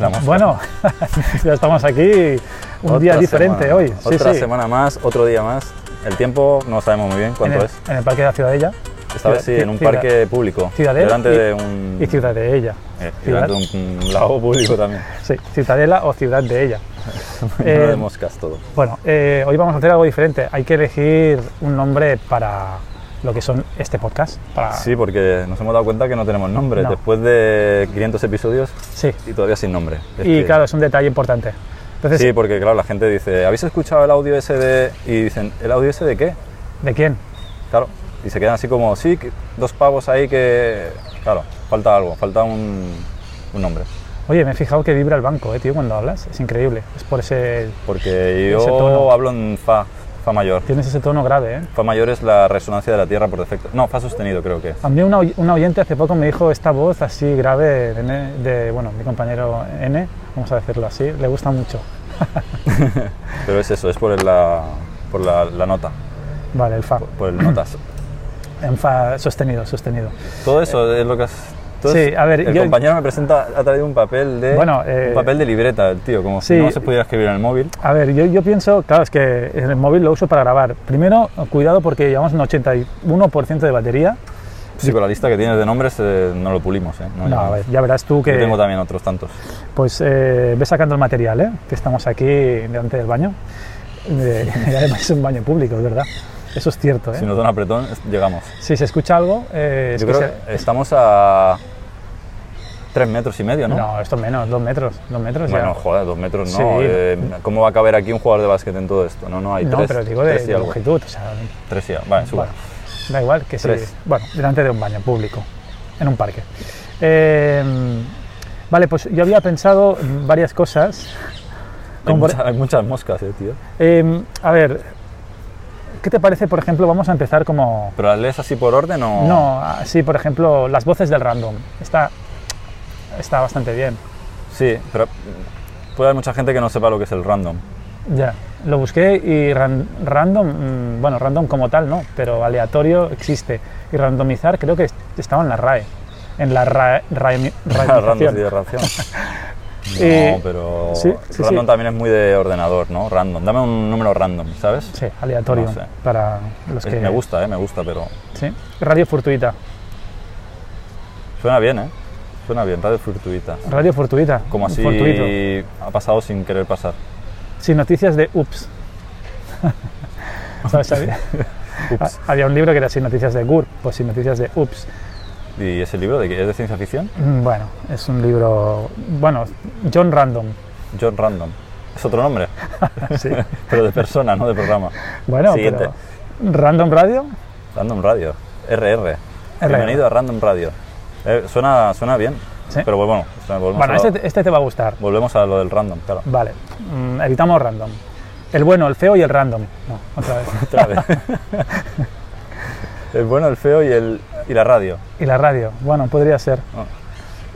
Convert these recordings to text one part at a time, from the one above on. la mosca. Bueno, ya estamos aquí un Otra día diferente semana, hoy. Sí, Otra sí. semana más, otro día más. El tiempo no sabemos muy bien en cuánto el, es. en el Parque de la Ciudadella Esta vez sí, Ciudad- en un Ciudad- parque público. Ciudadela delante y- de un. y Ciudad de Ella. eh, y Ciudad- delante de un, un lago público también. Sí, Ciudadela o Ciudad de Ella. Lleno Eh, de moscas todo. Bueno, eh, hoy vamos a hacer algo diferente. Hay que elegir un nombre para lo que son este podcast. Para... Sí, porque nos hemos dado cuenta que no tenemos nombre. No. Después de 500 episodios Sí. y todavía sin nombre. Es Y que- claro, es un detalle importante. Entonces, Sí, porque claro, la gente dice, ¿habéis escuchado el audio ese de...? Y dicen, ¿el audio ese de qué? ¿de quién? Claro. Y se quedan así como, sí, que- dos pavos ahí que... Claro, falta algo, falta un, un nombre. Oye, me he fijado que vibra el banco, eh, tío, cuando hablas. Es increíble. Es por ese. Porque Ese tono. yo hablo en fa, fa mayor. Tienes ese tono grave, ¿eh? Fa mayor es la resonancia de la Tierra por defecto. No, fa sostenido creo que es. A mí una, oy- una oyente hace poco me dijo esta voz así grave de, N- de, bueno, mi compañero N, vamos a decirlo así, le gusta mucho. Pero es eso, es por la, por la, la nota, Vale, el fa. por el notas. En fa sostenido, sostenido. Todo eso es lo que has... todo Eh, Sí, es- a ver, el yo- compañero me presenta, ha traído un papel de Bueno, eh, un papel de libreta, el tío, como sí. si no se pudiera escribir en el móvil. A ver, yo, yo pienso, claro, es que el móvil lo uso para grabar. Primero, cuidado porque llevamos un 81% de batería. Sí, pero la lista que tienes de nombres eh, no lo pulimos, ¿eh? No No, a llegamos. ver, eh, ya verás tú que... Yo tengo también otros tantos. Pues eh, ve sacando el material, ¿eh? que estamos aquí delante del baño. Eh, y además es un baño público, es verdad. Eso es cierto. ¿eh? Si nos da un apretón, es- llegamos. Si se escucha algo, eh, es Yo que creo se- que estamos a tres metros y medio, ¿no? No, esto menos, dos metros, dos metros Bueno, ya. joder, dos metros no. Sí. eh, ¿Cómo va a caber aquí un jugador de básquet en todo esto? No, no, hay no, tres. pero digo de, tres y de algo. longitud, o sea, Tres y algo. Vale, suba. bueno, da igual que sí. Tres. Bueno, delante de un baño público, en un parque. Eh, vale, pues yo había pensado varias cosas. Hay, como por- mucha- hay muchas moscas, eh, tío. eh, a ver, ¿qué te parece, por ejemplo, vamos a empezar como... ¿Pero las lees así por orden o...? No, así, por ejemplo, las voces del random. Está, está bastante bien. Sí, pero mm, puede haber mucha gente que no sepa lo que es el random. Ya, lo busqué y ran- random, mm, bueno, random como tal no, pero aleatorio existe. Y randomizar creo que est- estaba en la RAE, en la RAE, raemi- random raemización. sí, de ración. Eh, No, pero sí, sí, random sí. también es muy de ordenador, ¿no? Random. Dame un número random, ¿sabes? Sí, aleatorio, No sé. para los Es- que... Me gusta, eh, me gusta, pero Sí, radio fortuita, suena bien, ¿eh? Suena bien, radio fortuita. radio fortuita. Como así fortuito. ha pasado sin querer pasar. Sí, noticias de UPS. ¿Sabes? Había, Ups. había un libro que era así, noticias de GUR, pues sí, noticias de UPS. Ah. ¿Y ese libro de qué? es de ciencia ficción? Mm, Bueno, es un libro, bueno, John Random. John Random. Es otro nombre, sí. pero de persona, no de programa. Bueno, Siguiente. pero Random Radio, Random Radio. RR. RR. Bienvenido a Random Radio. Eh, suena, suena bien, Sí. pero bueno, o sea, volvemos, Bueno, a, este, este te va a gustar. volvemos a lo del random, claro. Vale, mm, evitamos random. El bueno, el feo y el random. No, otra vez. Otra vez. el bueno, el feo y, el, y la radio. Y la radio. Bueno, podría ser. Ah.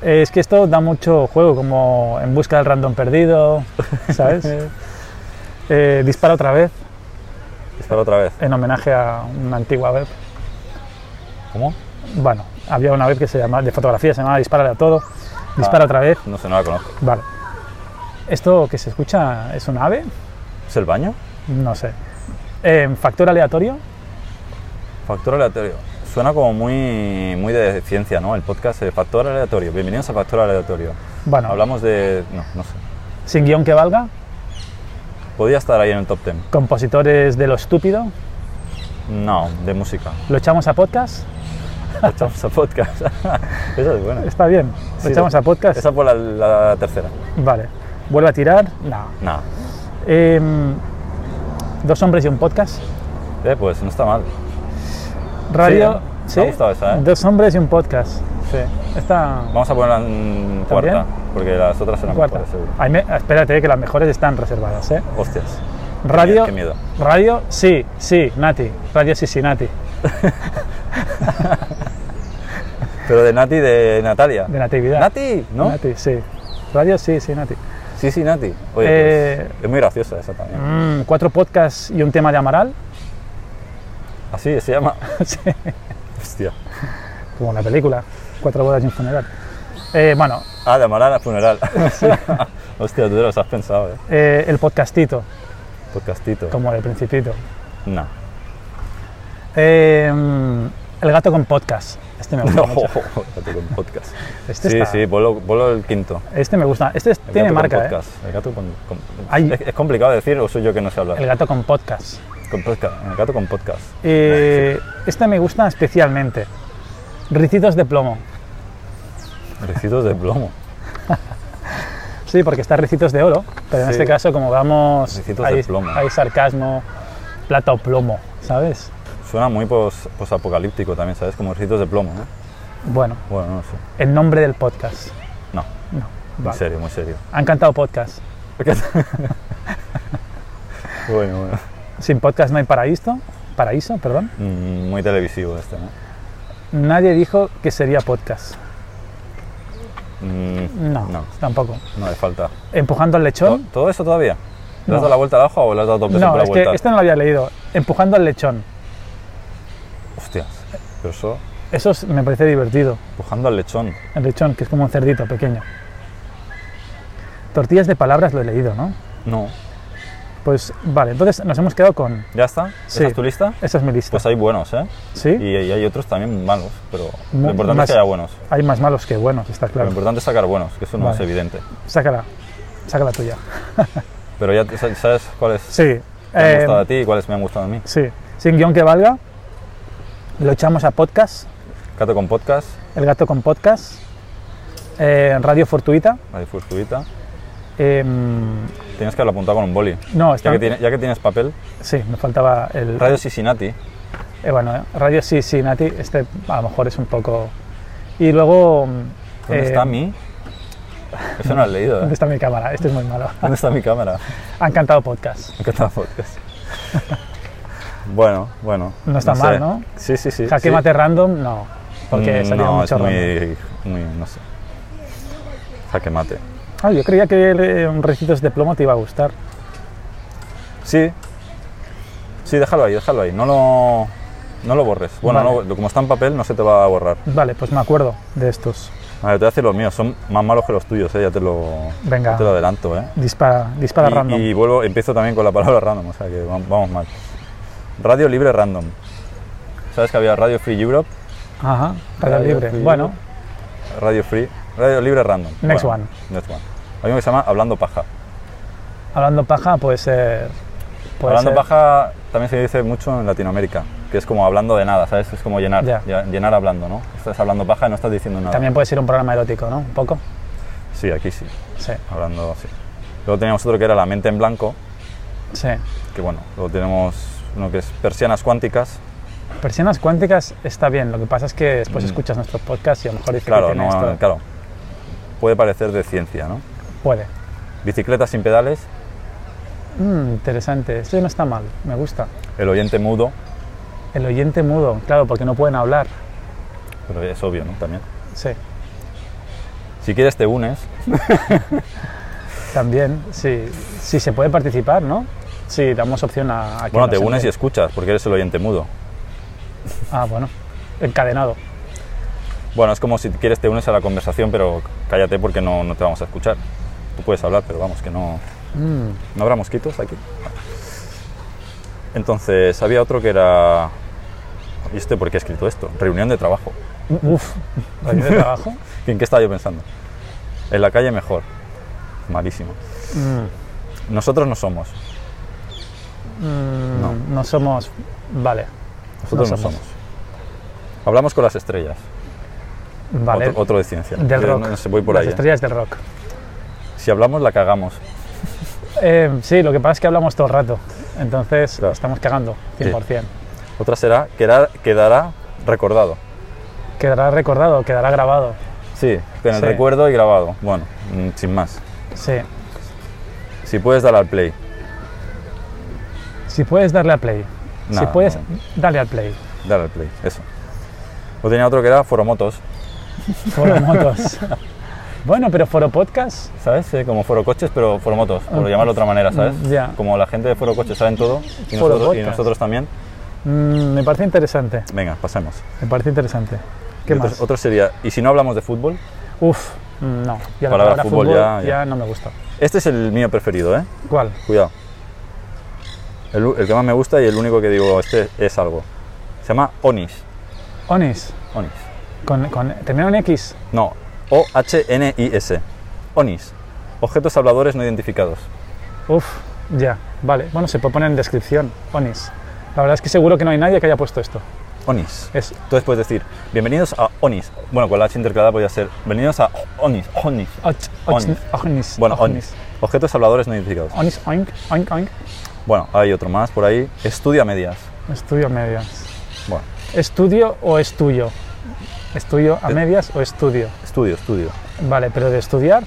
Eh, es que esto da mucho juego, como en busca del random perdido, ¿sabes? Eh, dispara otra vez, Dispara otra vez. en homenaje a una antigua web. ¿Cómo? Bueno, había una web que se llamaba, de fotografía, se llamaba Dispara a todo. Dispara Ah. otra vez. No sé, no la conozco. Vale. ¿Esto que se escucha es un ave? ¿Es el baño? No sé. Eh, ¿Factor aleatorio? Factor aleatorio. Suena como muy, muy de ciencia, ¿no? El podcast de Factor aleatorio. Bienvenidos a Factor aleatorio. Bueno, Hablamos de... No, no sé. sin guión que valga. Podría estar ahí en el top 10. compositores de lo estúpido, No, de música. lo echamos a podcast, Echamos a podcast. Esa es buena. está bien, lo Sí, echamos sí. a podcast, Esa por la, la tercera. vale, vuelve a tirar, no. Nada. Em, dos hombres y un podcast, Eh, pues no está mal. radio, ¿eh? Me ha gustado esa, ¿eh? dos hombres y un podcast, sí, esta Vamos a ponerla en cuarta, porque las otras eran cuarta, mejores, seguro. Ahí me- espérate que las mejores están reservadas, ¿eh? Hostias. radio, Qué miedo. radio, sí, sí, Nati, radio Cincinnati, Pero de Nati, de Natalia. de natividad, Nati, ¿no? Nati, sí, radio, sí, sí, Nati, Sí, sí, Nati. Oye, Eh, pues, es muy graciosa esa también. Mm, cuatro podcasts y un tema de Amaral, Así se llama. sí. Hostia. como una película, cuatro bodas y un funeral. Eh, bueno, Ah, de Amaral a funeral. Hostia, tú te los has pensado, ¿eh? eh, el podcastito, Podcastito. como de principito. No. Eh, el gato con podcast. Este me gusta. No, mucho. gato con podcast. Este, sí, está- sí, ponlo, ponlo el quinto. este me gusta. Este es- El tiene gato con marca, ¿eh? podcast. El gato con, con- Hay- es, es complicado decir, o soy yo que no sé hablar. El gato con podcast. Con podcast. El gato con podcast. Eh, este me gusta especialmente. Ricitos de plomo. Recitos de plomo. Sí, porque está Ricitos de oro, pero en Sí. este caso, como vamos. Ricitos de hay, plomo. hay sarcasmo, plata o plomo, ¿sabes? Suena muy pos- posapocalíptico también, ¿sabes? Como recitos de plomo, ¿eh? Bueno, Bueno, no sé. el nombre del podcast. No, No, muy vale. serio, muy serio. Han cantado podcast. Bueno, bueno. Sin podcast no hay paraíso. Paraíso, perdón. Mm, Muy televisivo este, ¿no? Nadie dijo que sería podcast. Mm, No, No. tampoco. no le falta. Empujando al ¿To- lechón. ¿Todo eso todavía? ¿Le No. has dado la vuelta al ajo o le has dado dos veces No, por la es que vuelta? este no lo había leído. Empujando al lechón. Hostias, pero eso, Eso es- me parece divertido. empujando al lechón. El lechón, que es como un cerdito pequeño. Tortillas de palabras lo he leído, ¿no? No. Pues vale, entonces nos hemos quedado con. ¿Ya está? Sí. ¿Esa es tu lista? Esa es mi lista. Pues hay buenos, ¿eh? ¿Sí? Y, y hay otros también malos, pero Mu- lo importante más- es que haya buenos. Hay más malos que buenos, está Lo claro. importante es sacar buenos, que eso no Vale. es evidente. Sácala. Sácala tuya. Pero ya te- sabes cuáles Sí. te han eh, gustado a ti y cuáles me han gustado a mí. sí. Sin guión que valga. Lo echamos a podcast. Cato con podcast, El gato con podcast. eh, radio fortuita. la difustuita. eh, Tienes que haberlo apuntado con un boli. no, está. Ya que, tiene- ya que tienes papel, Sí, me faltaba el. Radio Cincinnati. Eh, bueno, eh, Radio Cincinnati, este a lo mejor es un poco... Y luego... mm, ¿Dónde eh, está mi? Eso no lo has leído, ¿Dónde ¿eh? está mi cámara? Este es muy malo. ¿Dónde está mi cámara? Han cantado podcast. Me encanta el podcast. Bueno, bueno. No está mal, ¿no? Sí, sí, sí. Jaque sí. mate random, no. Porque Mm, salía no, mucho es random. muy, muy, no sé. Jaque mate. Ah, yo creía que el, eh, un Recitos de Plomo te iba a gustar. Sí. Sí, déjalo ahí, déjalo ahí. No lo, no lo borres. Bueno, Vale. no- como está en papel, no se te va a borrar. Vale, pues me acuerdo de estos. A ver, te voy a decir los míos. Son más malos que los tuyos, ¿eh? Ya te lo, Venga. ya te lo adelanto, ¿eh? Dispara, dispara y, random. y vuelvo, empiezo también con la palabra random, o sea que vam- vamos mal. Radio Libre Random. ¿Sabes que había Radio Free Europe, Ajá, Radio, Radio Libre. Free Bueno, Europe. Radio Free, Radio Libre Random? Next Next one. Hay uno que se llama Hablando Paja. hablando paja puede ser... puede hablando ser- Paja también se dice mucho en Latinoamérica, que es como hablando de nada, ¿sabes? Es como llenar, Ya. ya- llenar hablando, ¿no? Estás hablando paja y no estás diciendo nada. También puede ser un programa erótico, ¿no? Un poco. Sí, aquí sí, Sí, hablando así. Luego teníamos otro que era La Mente en Blanco, sí. que bueno, luego tenemos uno que es Persianas Cuánticas, Persianas cuánticas está bien, lo que pasa es que después escuchas nuestro podcast y a lo mejor dices Mm. Claro, que tiene no, esto. claro. Puede parecer de ciencia, ¿no? Puede. Bicicletas sin pedales, Mm, interesante, esto no está mal, me gusta. el oyente mudo, El oyente mudo, claro, porque no pueden hablar. pero es obvio, ¿no? También. Sí, Si quieres te unes, también, sí. Sí, se puede participar, ¿no? Sí, damos opción a... a que bueno, nos te unes y envíe. escuchas, porque eres el oyente mudo. Ah, bueno, encadenado. Bueno, es como si quieres te unes a la conversación, pero cállate porque no, no te vamos a escuchar. Tú puedes hablar, pero vamos, que no... Mm, ¿No habrá mosquitos aquí? Entonces, había otro que era... ¿Y este por qué he escrito esto? Reunión de trabajo. Mm, uf, radio de trabajo. ¿En qué estaba yo pensando? En la calle mejor. Malísimo. Mm, Nosotros no somos. mm, No. no somos... Vale, Nosotros No no somos. somos. Hablamos con las estrellas. vale. Otro, otro de ciencia. del Que rock. no se puede por Las ahí, ¿eh? estrellas del rock. Si hablamos, la cagamos. Eh, sí, lo que pasa es que hablamos todo el rato, entonces Claro. estamos cagando, 100%. Otra será quedará, quedará recordado. Quedará recordado, quedará grabado. Sí, con el Sí. recuerdo y grabado. Bueno, mm, sin más. Sí. Si puedes dar al play. Si puedes darle al play. si Nada, puedes, no. dale al play. Dar al play, eso. O tenía otro que era Foromotos, Foro Motos. bueno, pero Foro Podcast. ¿sabes? Eh, como Foro Coches, pero Foromotos, por llamarlo de otra manera, ¿sabes? Ah. Mm, ya. Como la gente de Foro Coches saben todo y Foro nosotros, y Podcast. nosotros también. mm, me parece interesante. Venga, pasemos. Me parece interesante. ¿Qué Y otro, más? otro sería, ¿y si no hablamos de fútbol? Uf, mm, no. Ya Palabra fútbol ya- ya. no me gusta. Este es el mío preferido, ¿eh? ¿Cuál? Cuidado. El, u- el que más me gusta y el único que digo, este es algo. Se llama Onis. Onis. Onis. Con, con, termina en X. No, O-H-N-I-S. Onis. Objetos habladores no identificados. Uf, ya. Vale. Bueno, se puede poner en descripción. Onis. La verdad es que seguro que no hay nadie que haya puesto esto. Onis. Es Entonces puedes decir, bienvenidos a Onis. Bueno, con la H intercalada podría ser, bienvenidos a Onis. Onis. och- och- Onis. Onis. Bueno, Onis. Onis. Objetos habladores no identificados. Onis, oink, oink, oink. Bueno, hay otro más por ahí. Estudia medias. Estudio a medias. Bueno, ¿Estudio o es tuyo? ¿Estudio Eh. a medias o estudio? estudio, estudio. Vale, pero de estudiar,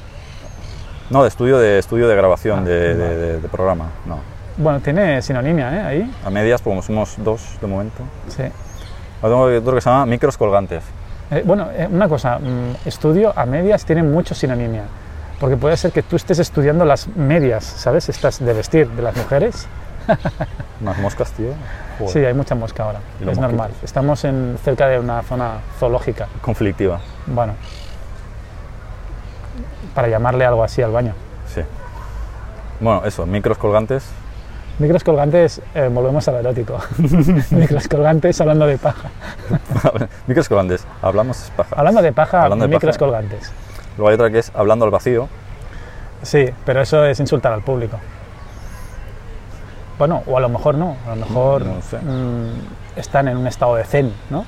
No, de estudio de estudio de grabación, Ah, de, de- vale. de- de programa. No. bueno, tiene sinonimia, ¿eh? Ahí. A medias, pues como somos dos de momento. Sí. Ahora tengo otro que se llama micros colgantes. Eh, bueno, eh, una cosa, mm, estudio a medias tiene mucho sinonimia, porque puede ser que tú estés estudiando las medias, ¿sabes? Estas de vestir de las mujeres. Unas moscas, tío. Joder, Sí, hay mucha mosca ahora, Y es los mosquitos. normal. Estamos en, cerca de una zona zoológica, Conflictiva. bueno, para llamarle algo así al baño. Sí. Bueno, eso, micros colgantes. Micros colgantes, eh, volvemos a lo erótico. Micros colgantes hablando de paja. micros colgantes. Hablamos es paja. Hablando de paja, Hablando de micros paja. colgantes. Luego hay otra que es hablando al vacío. Sí, pero eso es insultar al público. Bueno, o a lo mejor no, a lo mejor No sé. mm, están en un estado de zen, ¿no?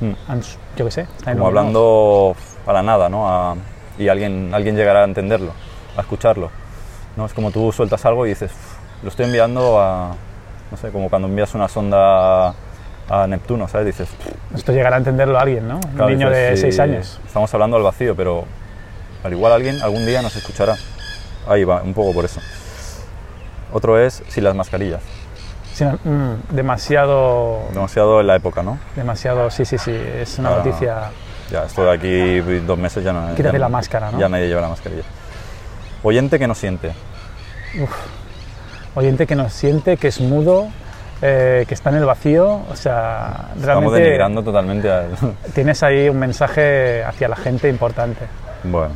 Mm. Han su- Yo qué sé, están en Como un- hablando a la nada, ¿no? A- y alguien, alguien llegará a entenderlo, a escucharlo. ¿no? Es como tú sueltas algo y dices, "Uf, lo estoy enviando a. No sé, como cuando envías una sonda a Neptuno, ¿sabes? Dices, "Pff". Esto llegará a entenderlo alguien, ¿no? Un Claro, niño dices, de sí, 6 años. Estamos hablando al vacío, pero al igual alguien algún día nos escuchará. Ahí va, un poco por eso. Otro es sin las mascarillas. Sí, no, mm, demasiado, Demasiado en la época, ¿no? demasiado, sí, sí, sí, es una Ahora- noticia. Ya, esto de aquí dos meses ya no. Quítate ya la máscara, ¿no? Ya nadie lleva la mascarilla. Oyente que no siente. Oyente que nos siente, que es mudo, eh, que está en el vacío, o sea, Estamos realmente denigrando totalmente al. tienes ahí un mensaje hacia la gente importante. Bueno.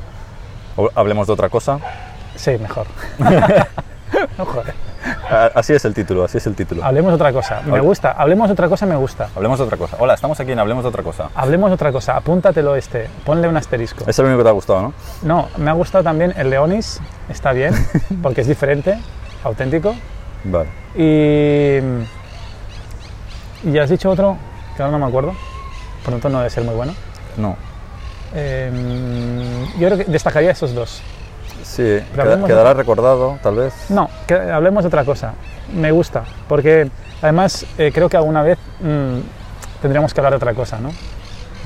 O- Hablemos de otra cosa. Sí, mejor. No joder. A- Así es el título, así es el título. Hablemos de otra cosa. Me Hable- gusta. Hablemos de otra cosa, me gusta. Hablemos de otra cosa. Hola, estamos aquí en Hablemos de otra cosa. Hablemos de otra cosa. Apúntatelo este. Ponle un asterisco. Es el único que te ha gustado, ¿no? No, me ha gustado también el Leonis. Está bien, porque es diferente, auténtico. Vale. Y... ¿Y has dicho otro? Que ahora no me acuerdo. Por lo tanto, no debe ser muy bueno. No. Em, yo creo que destacaría esos dos. Sí, Pero queda- hablemos de- quedará recordado, tal vez. No, que hablemos de otra cosa. Me gusta, porque además eh, creo que alguna vez mm, tendríamos que hablar de otra cosa, ¿no?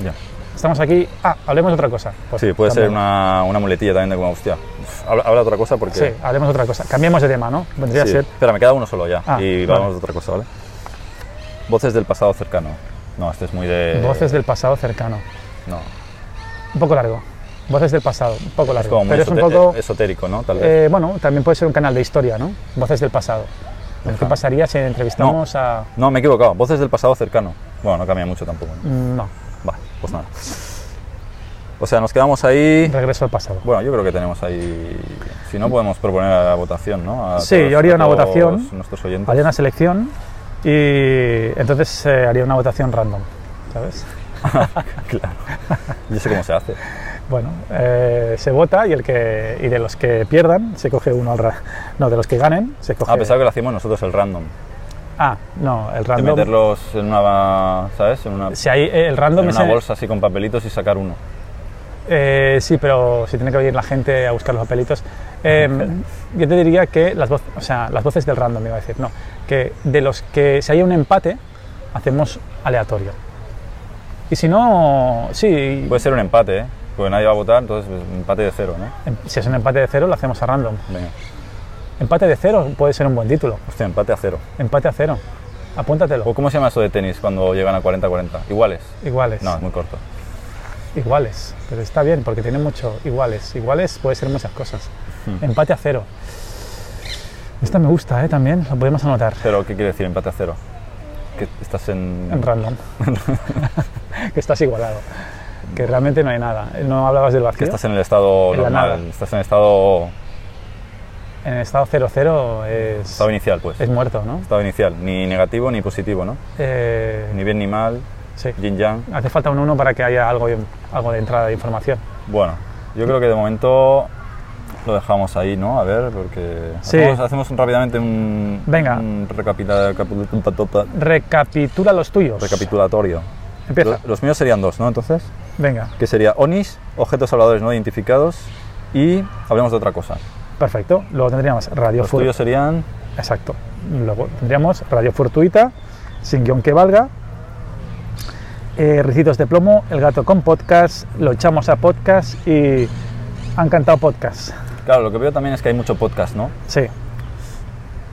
Ya. Estamos aquí. Ah, hablemos de otra cosa. Pues Sí, puede ser cambiamos. una, una muletilla también de como, hostia, uf, habla, habla de otra cosa porque... Sí, hablemos de otra cosa. Cambiemos de tema, ¿no? Vendría Sí. a ser. Espera, me queda uno solo ya Ah, y vale. vamos de otra cosa, ¿vale? Voces del pasado cercano. No, este es muy de... Voces del pasado cercano. No, Un poco largo. Voces del pasado, un poco es largo. como muy Pero es un esote- poco. esotérico, ¿no? Tal vez. eh, bueno, también puede ser un canal de historia, ¿no? Voces del pasado. ¿Qué Ajá. pasaría si entrevistamos a.? No, me he equivocado. Voces del pasado cercano. Bueno, no cambia mucho tampoco. ¿no? Mm, No, Vale, pues nada. O sea, nos quedamos ahí... regreso al pasado. Bueno, yo creo que tenemos ahí... Si no, podemos proponer a la votación, ¿no? A Sí, todos- yo haría a una todos votación. Nuestros oyentes. Haría una selección y entonces se haría una votación random, ¿sabes? Claro. Yo sé cómo se hace. Bueno, eh, se vota y el que y de los que pierdan se coge uno al ra- no de los que ganen se coge A pesar que lo hacemos nosotros el random. ah no el De random meterlos en una, ¿sabes? En una, si hay eh, el random en es una en- bolsa así con papelitos y sacar uno. eh, sí pero si tiene que venir la gente a buscar los papelitos Eh, yo te diría que las voces o sea las voces del random iba a decir no que de los que si hay un empate hacemos aleatorio y si no sí Puede ser un empate, ¿eh? Porque nadie va a votar, entonces pues, empate de cero, ¿no? em- si es un empate de cero lo hacemos a random Venga. empate de cero puede ser un buen título Hostia, empate a cero. empate a cero apúntatelo ¿O cómo se llama eso de tenis cuando llegan a 40-40? ¿Iguales? iguales No, es muy corto. Iguales, pero está bien porque tiene mucho iguales. Iguales puede ser muchas cosas. Hmm. Empate a cero. Esta me gusta, ¿eh? También lo podemos anotar ¿Pero qué quiere decir empate a cero? Que estás en... en random. que estás igualado. que realmente no hay nada. No hablabas del Que vacío. estás en el estado En la normal, nada. estás en el estado, En el estado 00 es, estado inicial, pues. es muerto, ¿no? Estado inicial, ni negativo ni positivo, ¿no? Eh, Ni bien ni mal, sí. yin yang. Hace falta un 1 para que haya algo, de- algo de entrada de información. Bueno, yo creo que de momento lo dejamos ahí, ¿no? A ver, porque Sí. hacemos, hacemos un- rápidamente un, Venga. un recapita- caputata- Recapitula los tuyos. Pues recapitulatorio. Empieza. Lo- Los míos serían dos, ¿no? Entonces, Venga, que sería ONIS, objetos habladores no identificados, y hablemos de otra cosa. perfecto. Luego tendríamos radio Los tuyos fortuita. serían Exacto. Luego tendríamos radio fortuita, sin guión que valga. eh, Ricitos de plomo, el gato con podcast, lo echamos a podcast y han cantado podcast. Claro, lo que veo también es que hay mucho podcast, ¿no? Sí,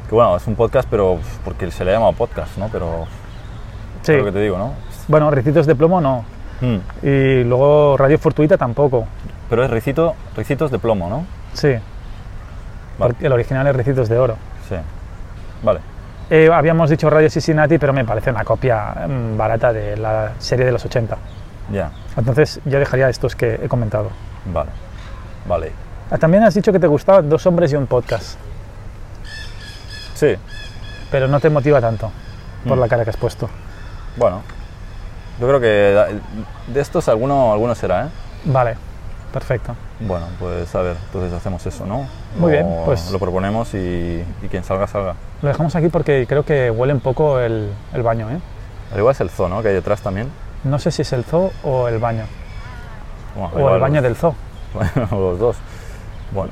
Que bueno, es un podcast, pero uf, porque se le ha llamado podcast, ¿no? Pero sí. es lo que te digo, ¿no? Bueno, ricitos de plomo no. Mm. Y luego radio fortuita tampoco. Pero es ricito, ricitos de plomo, ¿no? Sí, Vale. porque el original es ricitos de oro. Sí. Vale. Eh, habíamos dicho Radio Cincinnati, pero me parece una copia mm, barata de la serie de los 80. Ya. Entonces yo dejaría estos que he comentado. Vale. Vale. Ah, También has dicho que te gustaba Dos hombres y un podcast, Sí. pero no te motiva tanto por Mm. la cara que has puesto. Bueno. Yo creo que da- de estos alguno, alguno será, ¿eh? Vale, perfecto. Bueno, pues a ver, entonces hacemos eso, ¿no? Muy Lo- bien, pues- Lo proponemos y, y quien salga, salga. Lo dejamos aquí porque creo que huele un poco el, el baño, ¿eh? Al igual es el zoo, ¿no? Que hay detrás también. No sé si es el zoo o el baño, Bueno, al o el igual baño los- del zoo. Bueno, los dos. Bueno,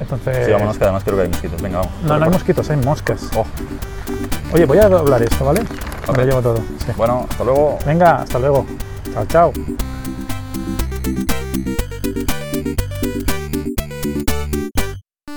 Entonces... sí, vámonos, que además creo que hay mosquitos. Venga, vamos. No, no hay mosquitos, hay moscas. Oh. Oye, voy a doblar esto, ¿vale? Me lo Ok. llevo todo. sí. Bueno, hasta luego. Venga, hasta luego. Chao, chao.